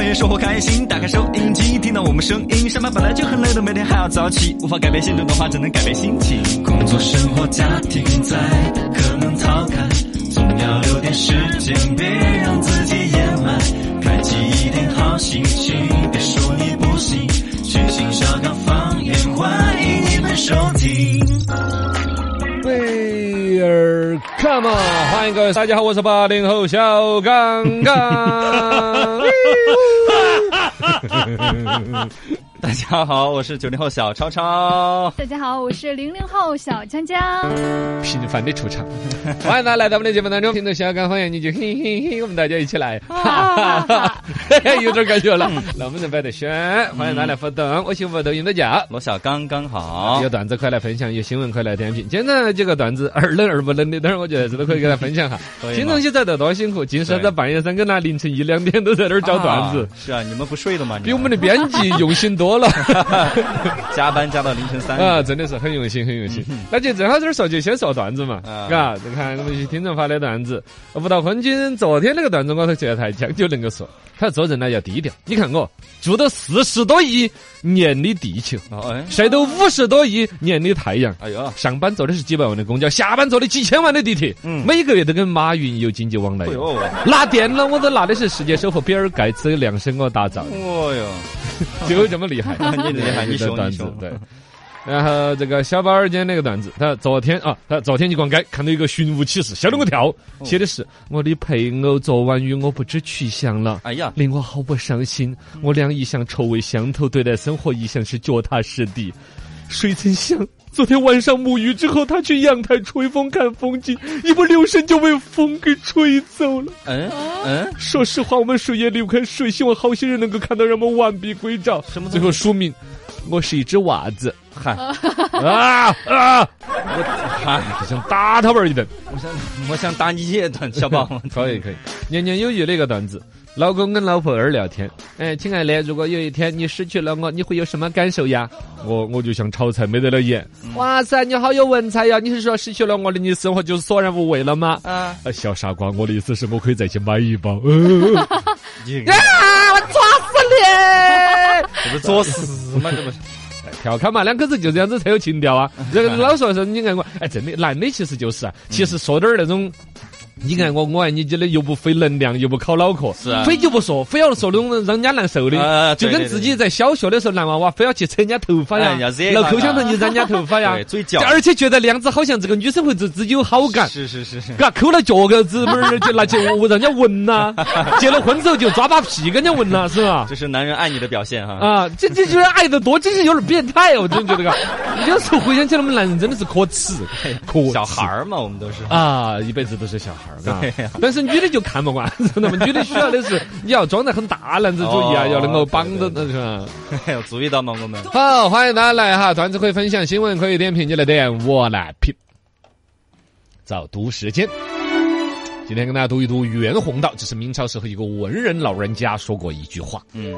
天生活开心，打开收音机，听到我们声音。上班本来就很累的，每天还要早起，无法改变现状的话，只能改变心情。工作、生活、家庭在，可能逃开，总要留点时间，别让自己掩埋。开启一点好心情，别说你不行，全新小岗方言，欢迎你们收听。贝尔看嘛，欢迎各位，大家好，我是八零后小刚 刚。大家好，我是九零后小超超。大家好，我是零零后小 江江。频繁的出场，欢迎大家来到我们的节目当中，听到小刚方言你就嘿嘿嘿，我们大家一起来， 哈哈哈， 有点感觉了。那我们人摆得选，欢迎大家来互动，我幸福抖音的叫。罗小刚刚好有，段子快来分享，有新闻快来点评。今天呢，这个段子 二冷二不冷的，但是我觉得这都可以给大家分享哈。可以吗平常些在这多辛苦，尽是在半夜三更呐、凌晨一两点都在那儿找段子啊，是啊，你们不睡的吗？你比我们的编辑用心 多了。加班加到凌晨三啊，点。真的是很用心，很用心。那就正好这儿说，就先说段子嘛，嗯啊嘎、你看我们一些听众发的段子，舞蹈婚君昨天那个段子我都觉得太将就能够说，他做人呢要低调。你看我住到四十多亿年的地球，哦，哎，晒到五十多亿年的太阳。哎呦，上班坐的是几百万的公交，下班坐的几千万的地铁，嗯每个月都跟马云有经济往来哎。呦，哎拿电脑我都拿的是世界首富比尔盖茨量身给我打造嗯的，哎呦， 就这么厉害。 你厉害，你的熊段你子熊，对。然后这个小宝儿今天那个段子，他昨天啊，他昨天去逛街看到一个寻物启事，吓了我一跳，哦写的是我的配偶昨晚与我不知去向了。哎呀，嗯令我好不伤心。我俩一向臭味相投，对待生活一向是脚踏实地。谁曾想，昨天晚上沐浴之后，他去阳台吹风看风景，一不留神就被风给吹走了。嗯嗯，说实话，我们谁也离不开谁，希望好心人能够看到让我们完璧归赵。什么东西最后书名，我是一只袜子。嗨，啊啊！嗨，我想打他们儿一顿。我想我想打你一顿，小 宝，可以可以，年年有余那个段子，老公跟老婆儿聊天，哎，亲爱的，如果有一天你失去了我，你会有什么感受呀？我我就像炒菜没得了盐。哇塞，你好有文采呀！你是说失去了我的，你生活就索然无味了吗？啊，啊，小傻瓜，我的意思是我可以再去买一包。呃你啊，我抓死你！这不是作死吗？这不是，调侃嘛，两口子就这样子才有情 调啊。这个老说说你爱我，哎，真的，男的其实就是啊，嗯其实说点儿那种。你爱我，我爱你，真的又不费能量，又不考脑壳，是啊非就不说，非要说那种让人家难受的，啊就对跟对自己在小学的时候男娃娃非要去扯人家头发呀哎呀，惹挠他口香呀糖去染人家头发呀 对，，啊嘴角，而且觉得那样子好像这个女生会对自己有好感，是是是是，嘎，抠了脚个子，不是就拿去闻让人家闻呐，结了婚之后就抓把屁跟人家闻呐，是吧？这是男人爱你的表现哈。啊，这这就是爱的多，真是有点变态哦！我真觉 得个，有时候回想起来，我们男人真的是可耻，可耻小孩儿嘛，我们都是， 啊，一辈子都是小孩儿啊对呀。但是女的就看不惯， 知道吗？女的需要的是你要装得很大男子主义啊，哦要能够帮着对是吧？哎呦，注意到吗？我们好，欢迎大家来哈，团子会分享新闻，可以点评就来点，我来评。早读时间。今天跟大家读一读袁宏道，这是明朝时候一个文人老人家说过一句话：嗯，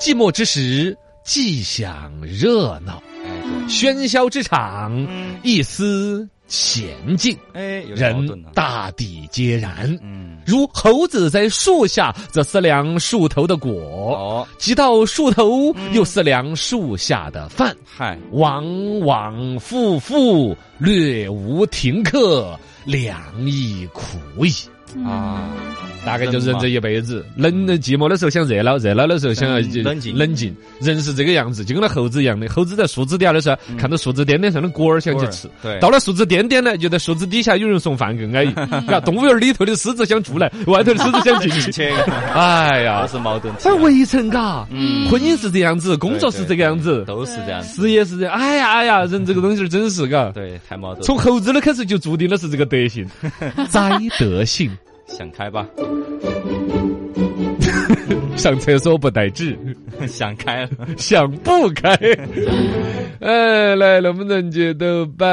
寂寞之时，既想热闹。哎喧嚣之场，一丝前进，嗯对，哎，有点矛人盾呢。大抵皆然。嗯，如猴子在树下，则思量树头的果；哦，即到树头，又思量树下的饭。嗨，往往复复，略无停课，良亦苦矣。嗯啊，大概就是人这一辈子，冷的寂寞的时候想热闹，热闹的时候想要嗯冷静冷静。人是这个样子，就跟那猴子一样的。猴子在树枝底下的时候，嗯看到树枝颠颠上的果儿想去吃果儿对；到了树枝颠颠呢，觉得树枝底下有人送饭更安逸。嘎动物园里头的狮子想出来， 外头的狮子想进 去。这个哎都呀，啊是矛盾体这围城嘎，嗯婚姻是这样子，工作是这个样子，都是这样子，事业是这样。哎呀哎呀，人这个东西儿真是嘎。对，太矛盾了。从猴子的开始就注定了是这个德性， 灾德性。想开吧，上厕所不带纸， 想开了。想不开。 哎，来，能不能节豆拜？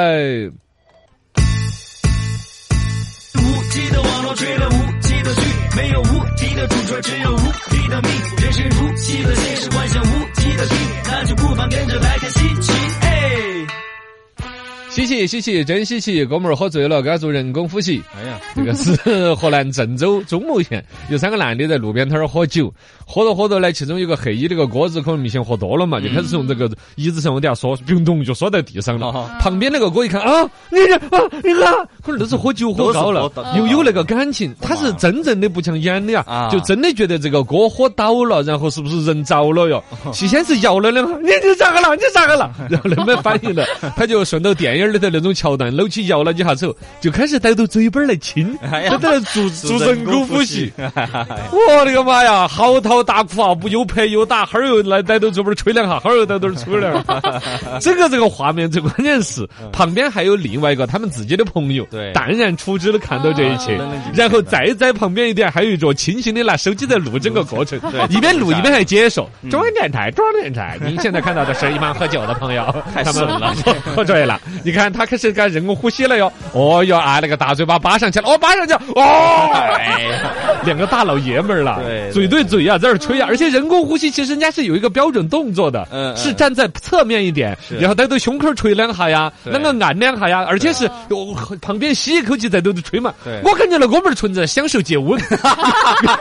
无极的网络追了无极的剧，没有无敌的主角，只有无敌的命。人生如戏的现实，幻想无极的剧，那就不妨跟着来看稀奇。哎，稀奇稀奇，真稀奇！哥们儿喝醉了，给他做人工呼吸。哎呀，这个是 河南郑州中牟县有三个男的在路边摊儿喝酒，喝着喝着呢，其中有个黑衣那个哥子可能明显喝多了嘛，就开始从这个椅子上往底下摔，咚咚就摔在地上了。哦旁边那个哥一看啊，你这啊，你看，可能都是喝酒喝高了都是喝，到又有那个感情，他是真正的不像演的呀啊，就真的觉得这个哥喝倒了，然后是不是人遭 了哟？哦起先是摇了两下，你你咋个了？你咋个了？ 然后那没反 应了，他就顺到电影里头那种桥段，搂起摇了几下手，就开始逮到嘴巴儿来亲，哎呀都在那做做人工呼吸。哎我的个妈呀，嚎啕大哭啊！不又拍又打，哈儿又来逮到嘴巴儿吹两下，哈儿又逮到这儿吹两下。 嗯这个这个画面最关键是旁边还有另外一个他们自己的朋友，对淡然处之的看到这一切啊冷冷静，静然后再在旁边一点还有一个清醒的拿手机在录整个过 程对，一边录一边还解说。中央电台，中央电台，您现在看到的是一帮喝酒的 朋友，太他损们了喝醉了。你看他开始干人工呼吸了哟，哦哟啊，那个大嘴巴扒上去了，哦扒上去了，哦。呀， 两个大老爷们儿了，对嗯嘴对嘴呀、啊在这儿吹呀、而且人工呼吸其实人家是有一个标准动作的，嗯嗯是站在侧面一点，然后在对胸口吹两下呀，对啷个按两下呀，而且是哦旁边吸一口气在对头吹嘛对。我感觉那哥们儿纯粹享受接吻， 是吧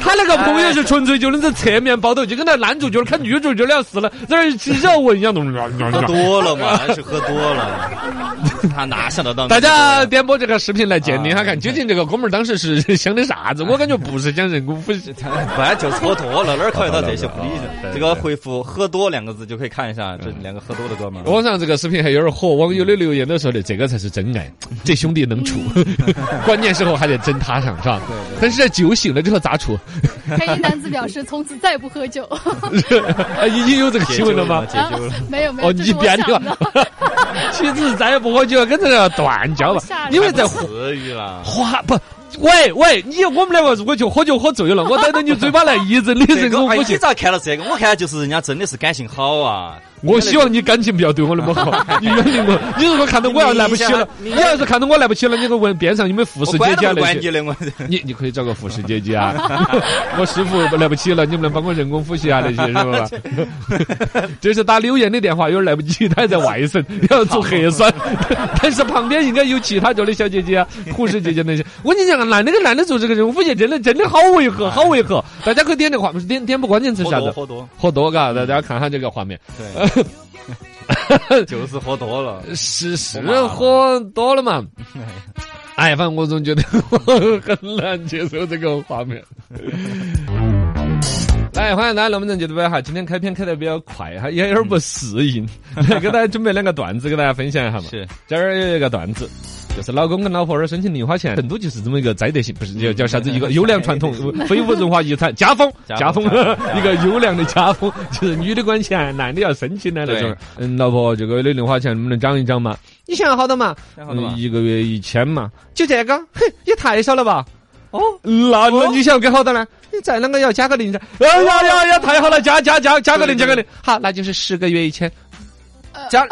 他那个朋友是纯粹就能在侧面抱头，就跟那男主角看女主角那样死了，在那儿热吻一样的。喝 多了嘛，还是喝多了，他哪想得到？大家点播这个视频来鉴定一下，啊看究竟这个哥们儿当时是想的啥子？我感觉不是想人工呼吸。本来就蹉跎了，哪儿考虑到这些不理对嗯解？这个回复“喝多”两个字就可以看一下，这两个喝多的哥们儿。网上这个视频还有点火，网友的留言都说的这个才是真爱，这兄弟能处，关键时候还得真他上，是吧？但是在酒醒了之后咋处？该一男子表示从此再不喝酒。哎已经有这个解新闻了吗？解啊救了， 没有没哦，有，你这是我编想的的。，妻子再也不喝酒了，跟这个断交了好吓，人因为在花 词语啦。花不。喂喂，你我们两个如果就喝酒喝醉了，我逮到你嘴巴来一阵的这人个工哎，呼你吸。咋看到这个？我看就是人家真的是感情好啊。我希望你感情不要对我那么好，你远离我。你如果看到我要来不起了，你你要是看到我来不起了，你给我问边上有没有护我士管姐姐都啊不那管些你。 的，我你你可以找个护士姐姐啊， 我师傅来不及了，你们能帮我人工呼吸啊那些是吧？ 这是打柳岩的电话，有点来不及，她还在外省，要做核酸， 但是旁边应该有其他家的小姐姐啊、护士姐姐那些。我跟你讲，啊男的跟男的做这个人工呼吸，真的真的好违和，好违和。大家可以点这个画，点点播关键词喝是啥多子？喝多，喝多嘎，大家看下这个画面，对， 就是喝多了。呃是是我妈喝多了嘛？哎，反正我总觉得我很难接受这个画面。来，欢迎大家能不能觉得吧？哈，今天开篇开的比较快，哈，也有点不适应。来，给大家准备两个段子给大家分享一下嘛。是，这儿有一个段子，就是老公跟老婆儿申请零花钱，成都就是这么一个灾德性，不是叫叫啥子一个优良传 统，非物质文化遗产，家风，家家风风，一个优良的家风，就是女的管钱，男的要申请的那种对。嗯，老婆，这个月的零花钱能不能涨一涨嘛？你想要好多嘛？嗯一个月一千嘛，就这个，哼，也太少了吧？哦，那那你想要给好多呢？你再啷个要加个零噻？哎呀呀呀，太好了，加加加加个零，加个零，好，那就是十个月一千。加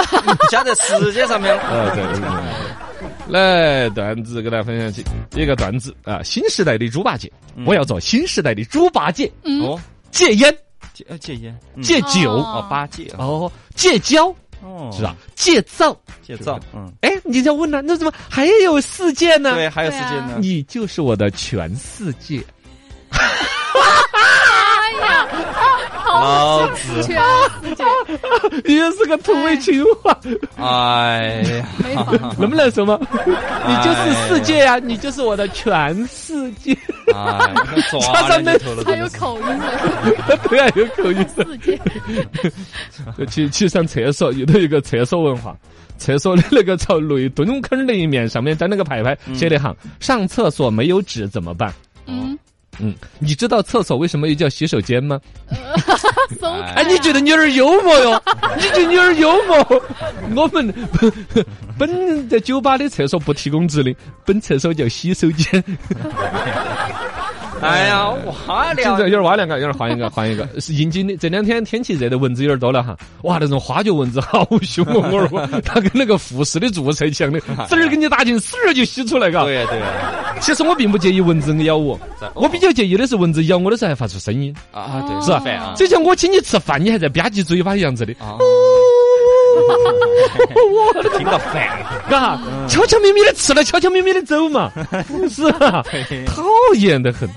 加在时间 上面。啊，对对对。来，段子给大家分享起，一个段子啊，新时代的猪八戒，嗯我要做新时代的猪八戒， 嗯，哦，戒烟、戒呃戒烟，嗯戒酒，哦哦八戒啊哦，戒骄哦，是吧？戒躁。戒躁，嗯，哎，你就问了，那怎么还有四戒呢？对，还有时对啊间呢。你就是我的全世界。哎呀，老子，全世界你也是个土味情话，哎呀，没 法。能不能说吗？你就是世界呀、你就是我的全世界。哎，抓加上人家那头了，还真有的是。口音的 对啊，有口音。世界，哦就去去上厕所，有的一个厕所文化。厕所的那个朝内蹲坑那一面，上面粘了个牌牌，写了行：“上厕所没有纸怎么办嗯，？”嗯，你知道厕所为什么又叫洗手间吗？松啊哎，你觉得你有点幽默哟？你觉得你有点幽默？我们 本在酒吧的厕所不提供指令，本厕所叫洗手间。哎呀，哇现在有了，点挖两个，有点换一个，换一个。 是引进的，这两天天气热的蚊子有点多了哈。哇，那种花脚蚊子好凶哦！我说，它跟那个护士的注射一样的，滋儿给你打进，丝儿就吸出来，嘎。对呀对呀，其实我并不介意蚊子咬我，我比较介意的是蚊子咬我的时候还发出声音，啊对，是吧饭啊，哦 这像我请你吃饭，你还在吧唧嘴巴一样子的。啊，听到烦。嘎，嗯悄悄咪咪的吃了，悄悄咪咪的 走嘛，是啊吧？ 讨厌的很。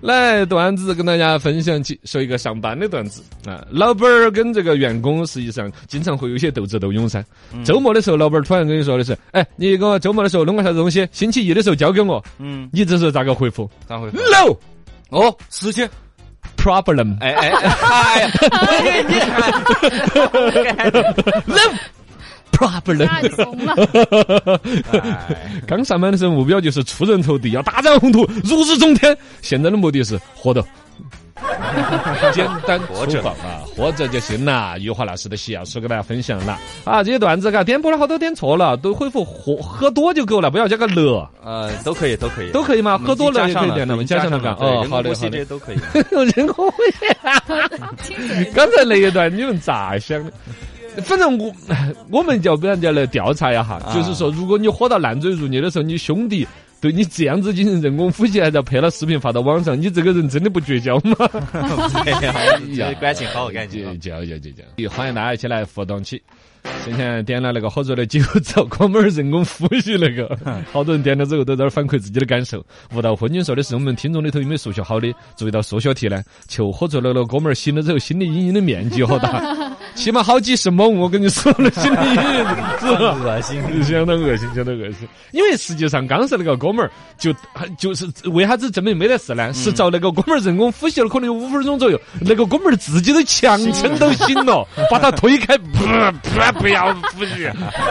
来，段子跟大家分享起，说一个上班的段子啊。老板儿跟这个员工实际上经常会有一些斗智斗勇噻。周末的时候，老板儿突然跟你说的是：“哎，你给我周末的时候弄个啥子东西，星期一的时候交给我。”嗯，你这是咋个回复咋回事？ ？No 哦，时间。 problem。 哎哎哎哎，你还 problem 啊那你怂 哎了，刚上班的时候，目标就是出人头地，要大展宏图，如日中天。现在的目的是活着， 简单活粗着暴啊，活着就行了。余华老师的戏啊，说给大家分享了啊，这些段子嘎点播了好多点错了，都恢复喝喝多就够了，不要加个乐，呃，都可以，都可以，都可以吗？喝多了也可以点的，我们加上了嘎。对，哦，人工好的呼好吸这的些。都可以。人工啊呼吸亲嘴刚才那一段你们咋想的？反正我我们要不然就来调查一下哈，啊就是说，如果你喝到烂醉如泥的时候，你兄弟对你这样子进行人工呼吸，还要拍了视频发到网上，你这个人真的不绝交吗？对呀，感情好，感情就好。就就就 就，欢迎大家一起来互动起。之前点了那个好热的酒，找哥们儿人工呼吸那 个，好多人点了之后都在那儿反馈自己的感受。吴道婚君说的是我们听众里头有没有数学好的做一道数学题呢？求喝醉了的哥们儿醒了之后心理阴影的面积有 好大？起码好几十猛，我跟你说了，心理阴影 是吧？恶心相当恶心， 相当恶心。因为实际上，刚才那个哥们儿就就是为啥子证明没得事呢？是遭那个哥们儿人工呼吸了，可能有五分钟左右，那个哥们儿自己都强撑都醒了，把他推开， 不不不要呼吸，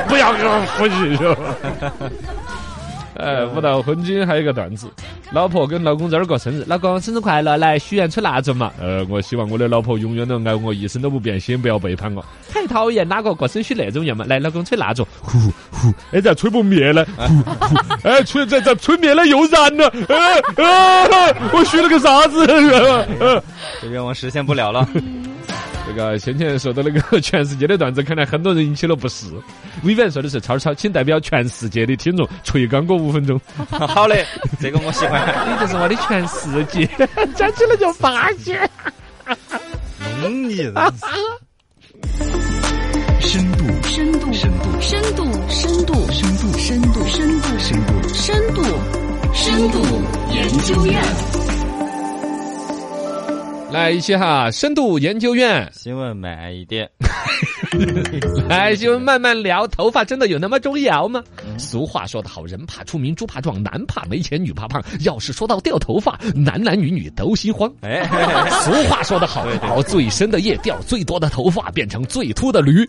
不要给我呼吸，是吧？ 哎，舞蹈婚君还有一个段子，老婆跟老公在那儿过生日，老公生日快乐，来许愿吹蜡烛嘛。呃，我希望我的老婆永远都爱我，一生都不变心，不要背叛我。太讨厌哪个过生许那种人嘛！来，老公吹蜡烛，呼呼，哎，咋吹不灭呢？呼呼， 哎，吹咋咋吹灭了又燃了？哎啊，我许了个啥子？啊这愿望实现不了了。 这个先前说的那个全世界的段子，看来很多人引起了不适。Vivian 说的是超超，请代表全世界的听众锤刚哥五分钟。好嘞，这个我喜欢。你就是我的全世界，讲起来就发泄。嗯，你深度，深度，深度，深度，深度，深度，深度，深度，深度。深度，深度研究院。 来一起哈，深度研究院，新闻慢一点。来新闻慢慢聊。头发真的有那么重要吗？俗话说得好，人怕出名，猪怕壮，男怕没钱，女怕胖。要是说到掉头发，男男女女都心慌。哎， 俗话说得好，熬最深的夜，掉最多的头发，变成最秃的 驴。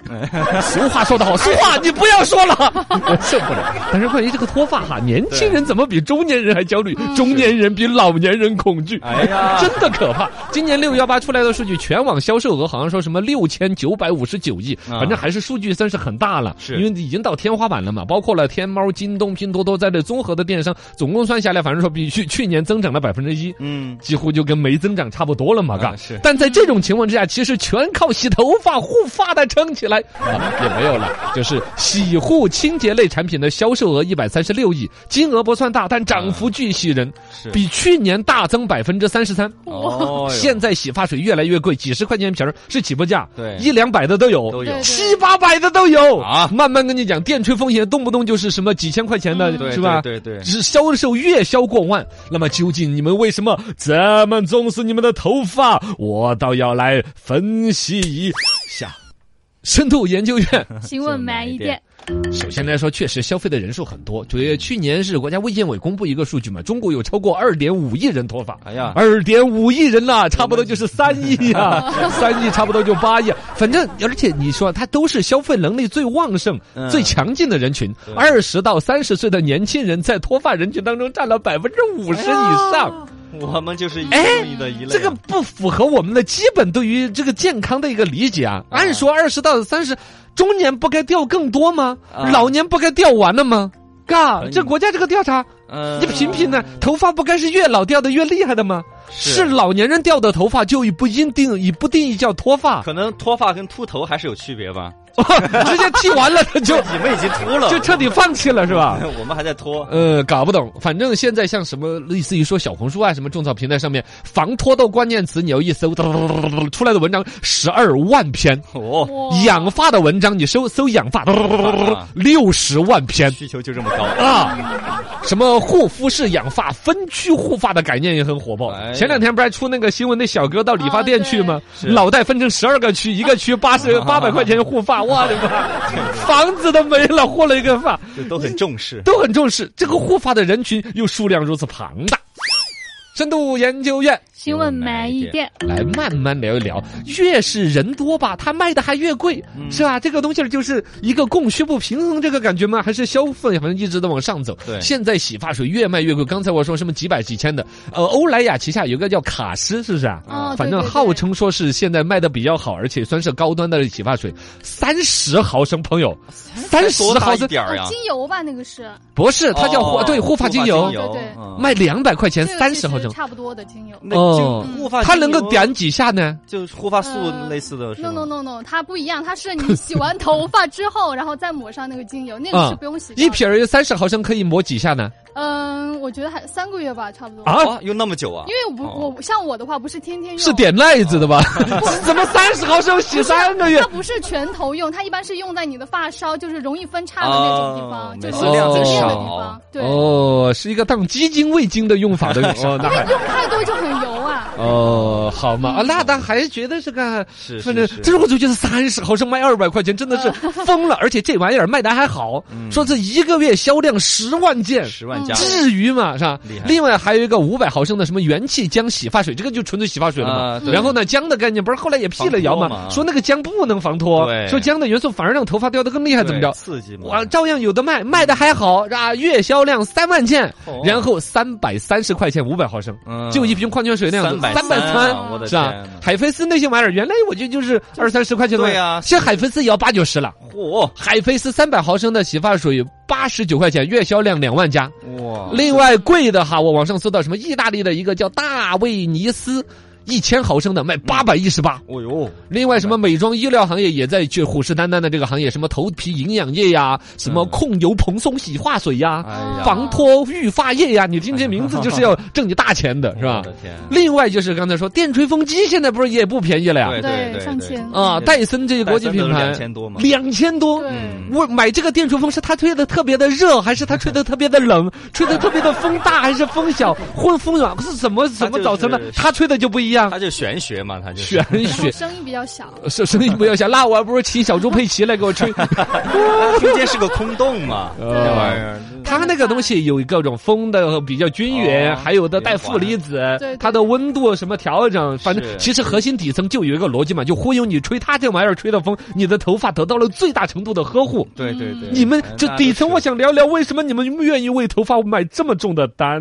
俗话说得好，俗话你不要说了，我哎 受不了。但是关于这个脱发哈，年轻人怎么比中年人还焦虑？中年人比老年人恐惧。哎呀真的可怕！今年六幺八出来的数据，全网销售额好像说什么六千九百五十九亿，啊反正还是数据算是很大了，是因为已经到天花板了嘛。包括了天猫、京东、拼多多在内综合的电商，总共算下来，反正说比去去年增长了百分之一。嗯，几乎就跟没增长差不多了嘛，嘎、啊是但在这种情况之下，其实全靠洗头发护发的撑起来啊， 也没有了。就是洗护清洁类产品的销售额一百三十六亿，金额不算大，但涨幅巨喜人，啊是比去年大增百分之三十三。哦哟现在洗发水越来越贵，几十块钱一瓶儿是起步价，对一两百的都有，都对有对七八百的都有啊慢慢跟你讲，电吹风也动不动就是什么几千块钱的，嗯对是吧？对对对只销售月销过万。那么究竟你们为什么这么重视你们的头发？我倒要来分析一下。深度研究院，请问慢一点，首先来说，确实消费的人数很多。九月去年是国家卫健委公布一个数据嘛，中国有超过二点五亿人脱发。哎 呀二点五亿 人呐、差不多就是三亿啊，三亿差不多就八亿啊，反正而且你说他都是消费能力最旺盛、嗯最强劲的人群对，二十到三十岁的年轻人在脱发人群当中占了百分之五十以上，我们就是一哎的哎一类。啊这个不符合我们的基本对于这个健康的一个理解啊。啊按说二十到三十，中年不该掉更多吗？啊老年不该掉完了吗？嘎可，以这国家这个调查，嗯你评评呢？头发不该是越老掉的越厉害的吗？是老年 人掉的头发就已不一定已不定义叫脱发。可能脱发跟秃头还是有区别吧？直接踢完了他就 你们已经出了，就彻底放弃了是吧？ 我们还在拖。 呃，搞不懂，反正现在像什么类似于说小红书啊，什么种草平台上面防脱痘关键词，你要一搜，哒哒哒哒哒哒出来的文章十二万篇，哦，养发的文章你搜搜养发，六十万篇需求就这么高。啊！什么护肤式养发、分区护发的概念也很火爆哎。呀前两天不还出那个新闻，那小哥到理发店去吗？对是脑袋分成十二个区，一个区八 十八百块钱护发，我的妈，房子都没了，护了一个发。就都很重视。都很重视这个护发的人群，又数量如此庞大。深度研究院询问满意店，来慢慢聊一聊，越是人多吧，它卖的还越贵，嗯是啊吧？这个东西儿就是一个供需不平衡这个感觉吗？还是消费好像一直在往上走？对现在洗发水越卖越贵。刚才我说什么几百几千的，呃，欧莱雅旗下有个叫卡诗，是不是啊？哦，反对正对对号称说是现在卖的比较好，而且算是高端的洗发水，三十毫升，朋友，三十多大毫一升点儿呀哦，精油吧，那个是不是，它叫护、哦对护发精油，对对嗯卖两百块钱这个三其十毫实升，差不多的精油。那哦就护发，它能够，点几下呢？就是护发素呃类似的是 No 吗 no no no，它不一样，它是你洗完头发之后，然后再抹上那个 精油，那个是不用洗啊一掉的。瓶儿三十毫升可以抹几下呢？嗯，我觉得还三个月吧，差不多。啊，啊，用那么久啊因？为我不我像我的话不是天天用，是点赖子的 吧？怎么三十毫升洗三个月它？不是全头用，它一般是用在你的发梢，就是容易分叉的那种地哦方，就每是次量的增地少方。 对，哦，是一个当鸡精味精的用法的 哦，那还用太多就很油啊。哦好嘛啊，那咱还觉得这个。是反正是是这我就觉得三十毫升卖二百块钱真的是疯了，而且这玩意儿卖的还好，嗯说这一个月销量十万件，十万嗯加至于嘛，是吧啊厉害？另外还有一个五百毫升的什么元气姜洗发水，这个就纯粹洗发水了嘛啊。对然后呢，姜的概念不是后来也辟了谣防脱嘛，嘛说那个姜不能防脱，对说姜的元素反而让头发掉的更厉害，怎么对着？刺激嘛？哇，照样有的卖，卖的还好，啊，月销量三万件哦，然后三百三十块钱五百毫升，嗯就一瓶矿泉水那样子， 330三百三啊。我的是吧天呐？海飞丝那些玩意儿，原来我就就是二三十块钱的玩意儿，对啊现在海飞丝也要八九十了。嚯海飞丝三百毫升的洗发水八十九块钱，月销量两万加。哇！另外贵的哈，我网上搜到什么意大利的一个叫大卫尼斯。一千毫升的卖八百一十八，哦呦，另外什么美妆医疗行业也在去虎视眈眈的这个行业，什么头皮营养液呀，什么控油蓬松洗发水呀，哎嗯呀，防脱育发液呀，你听这名字就是要挣你大 钱的是吧我？的天，另外就是刚才说电吹风机现在不是也不便宜了呀？对对对，嗯上千啊，戴森这些国际品牌两千多嘛，两千多，对，我买这个电吹风是它吹的特别的热，还是它吹的特别的冷？嗯吹的特别的风大还是风 小？或风软是怎么怎么造成的它就？是它吹的就不一样它，就玄学嘛，它就是玄学。声音比较小。声 声音不要想，那我还不如请小猪佩奇来给我吹。中间是个空洞 嘛，这玩意儿。它那个东西有各种风的比较均匀，哦还有的带负离子对对，它的温度什么调整，反正是其实核心底层就有一个逻辑嘛，就忽悠你吹它这玩意儿吹的风，你的头发得到了最大程度的呵护。对对对，你们这大家都底层，是我想聊聊为什么你们愿意为头发买这么重的单。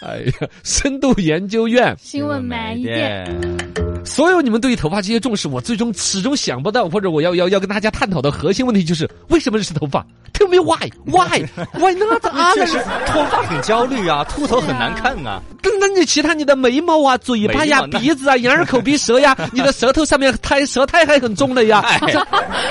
哎呀，深度研究院，新闻满意店，店，所有你们对于头发这些重视，我最终始终想不到，或者我要要要跟大家探讨的核心问题就是为什么是头发？Tell me why, why, why not 啊？确实脱发很焦虑啊，秃头很难看啊。那那你其他你的眉毛啊、嘴巴呀、眉毛呢鼻子啊、眼耳口鼻舌呀，你的舌头上面苔舌苔还很重的呀。 哎 这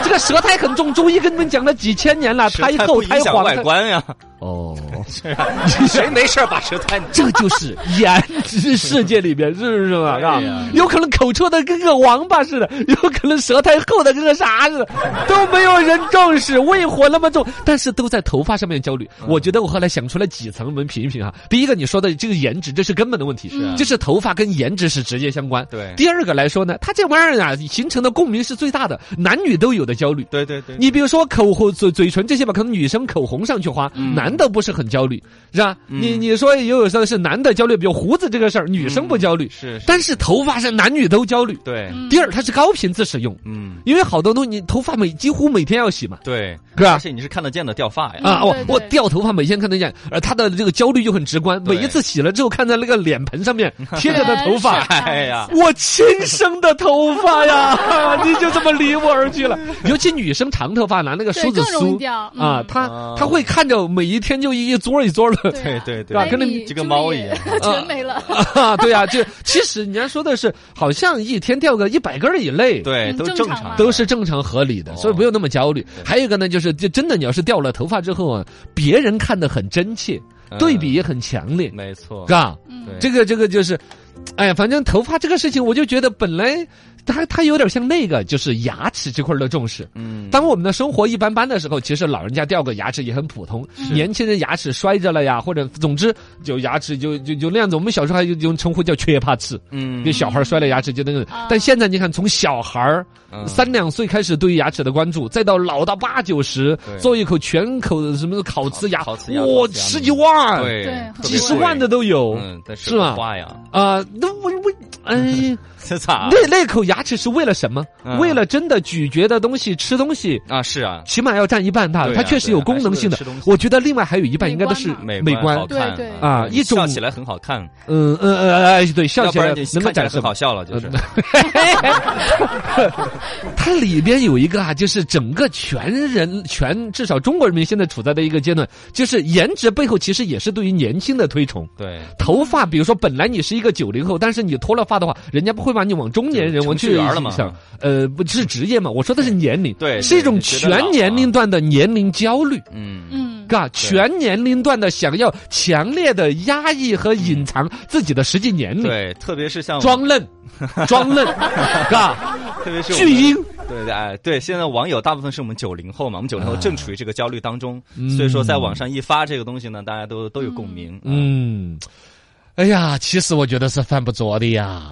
这个舌苔很重，中医跟你们讲了几千年了，舌苔苔厚、不影苔响黄外苔。观呀， 啊哦，谁没事儿把舌 苔？这就是颜值世界里边，是不是嘛？是吧哎呀？有可能口臭的跟个王八似的，有可能舌苔厚的跟个啥似的，都没有人重视，为火那么重，但是都在头发上面焦虑。嗯我觉得我后来想出来几层，我们品一品哈。第一个，你说的这个颜值，这是根本的问题，啊就是头发跟颜值是直接相关。对第二个来说呢，它这玩意儿啊，形成的共鸣是最大的，男女都有的焦虑。对对对，你比如说口红、嘴嘴唇这些吧，可能女生口红上去花，嗯男的不是很焦虑，是吧？你你说也有时候是男的焦虑，比如胡子这个事儿，女生嗯不焦虑，是是但嗯是头发是男女都焦虑。对，嗯第二，它是高频次使用，嗯因为好多东西你头发每几乎每天要洗嘛，对，是吧而？且你是看得见的掉发呀，啊，我嗯对对我掉头发每天看得见，而他的这个焦虑就很直观，每对一次洗了之后，看在那个脸盆上 面贴着的头哎发是， 哎呀，我亲生的头发 呀，你就这么离我而去了。尤其女生长头发拿那个梳子对，更容易梳掉啊，嗯她啊她会看着每一天就一一撮儿一撮儿的。对对啊对对对吧跟那艾米这个猫一朱丽样叶 全没了。啊，对啊，就其实人家说的是，好像一天掉个一百根儿以内，对，嗯都正正常常啊嘛的，都是正常合理的，所以不用那么焦虑。哦对还有一个呢，就是就真的你要是掉了头发之后啊，别人看得很真切，嗯对比，也很强烈，没错是，吧？对嗯，这个这个就是，哎呀，反正头发这个事情，我就觉得本来它它有点像那个，就是牙齿这块儿的重视。嗯，当我们的生活一般般的时候，其实老人家掉个牙齿也很普通，年轻人牙齿摔着了呀，或者总之就牙齿就就就那样子。我们小时候还有一种称呼叫缺牙齿，嗯给小孩摔了牙齿就那个。啊但现在你看，从小孩儿嗯三两岁开始对于牙齿的关注，再到老到八九十对，做一口全口的什么烤瓷牙，烤瓷牙哇烤，瓷牙十几万，对对很几十万的都有嗯，但是吧花呀， 啊！那我我哎，这咋那那口牙齿是为了什么啊嗯？为了真的咀嚼的东西、吃东西，啊？是啊，起码要占一半大，对啊啊它确实有功能性的还是为了吃东。西我觉得另外还有一半应该都是美美观好，看对对啊一种笑起来很好看，嗯嗯呃呃哎，对，笑要起不来然你能够看起来展示很好。笑了，就是嗯它里边有一个啊，就是整个全人全至少中国人民现在处在的一个阶段，就是颜值背后其实也是对于年轻的推崇。对，头发，比如说本来你是一个九零后，但是你脱了发的话，人家不会把你往中年人往程序员了嘛想，呃，不是职业嘛？我说的是年龄，对是一种你觉得老全啊年龄段的年龄焦虑。嗯，嗯，嘎，全年龄段的想要强烈的压抑和隐藏自己的实际年龄，对，特别是像我装，嫩，装嫩，嘎，特别是我巨们婴，对对哎对，现在网友大部分是我们九零后嘛，我们九零后正处于这个焦虑当中，嗯所以说在网上一发这个东西呢，大家都都有共鸣。嗯嗯，哎呀，其实我觉得是犯不着的呀。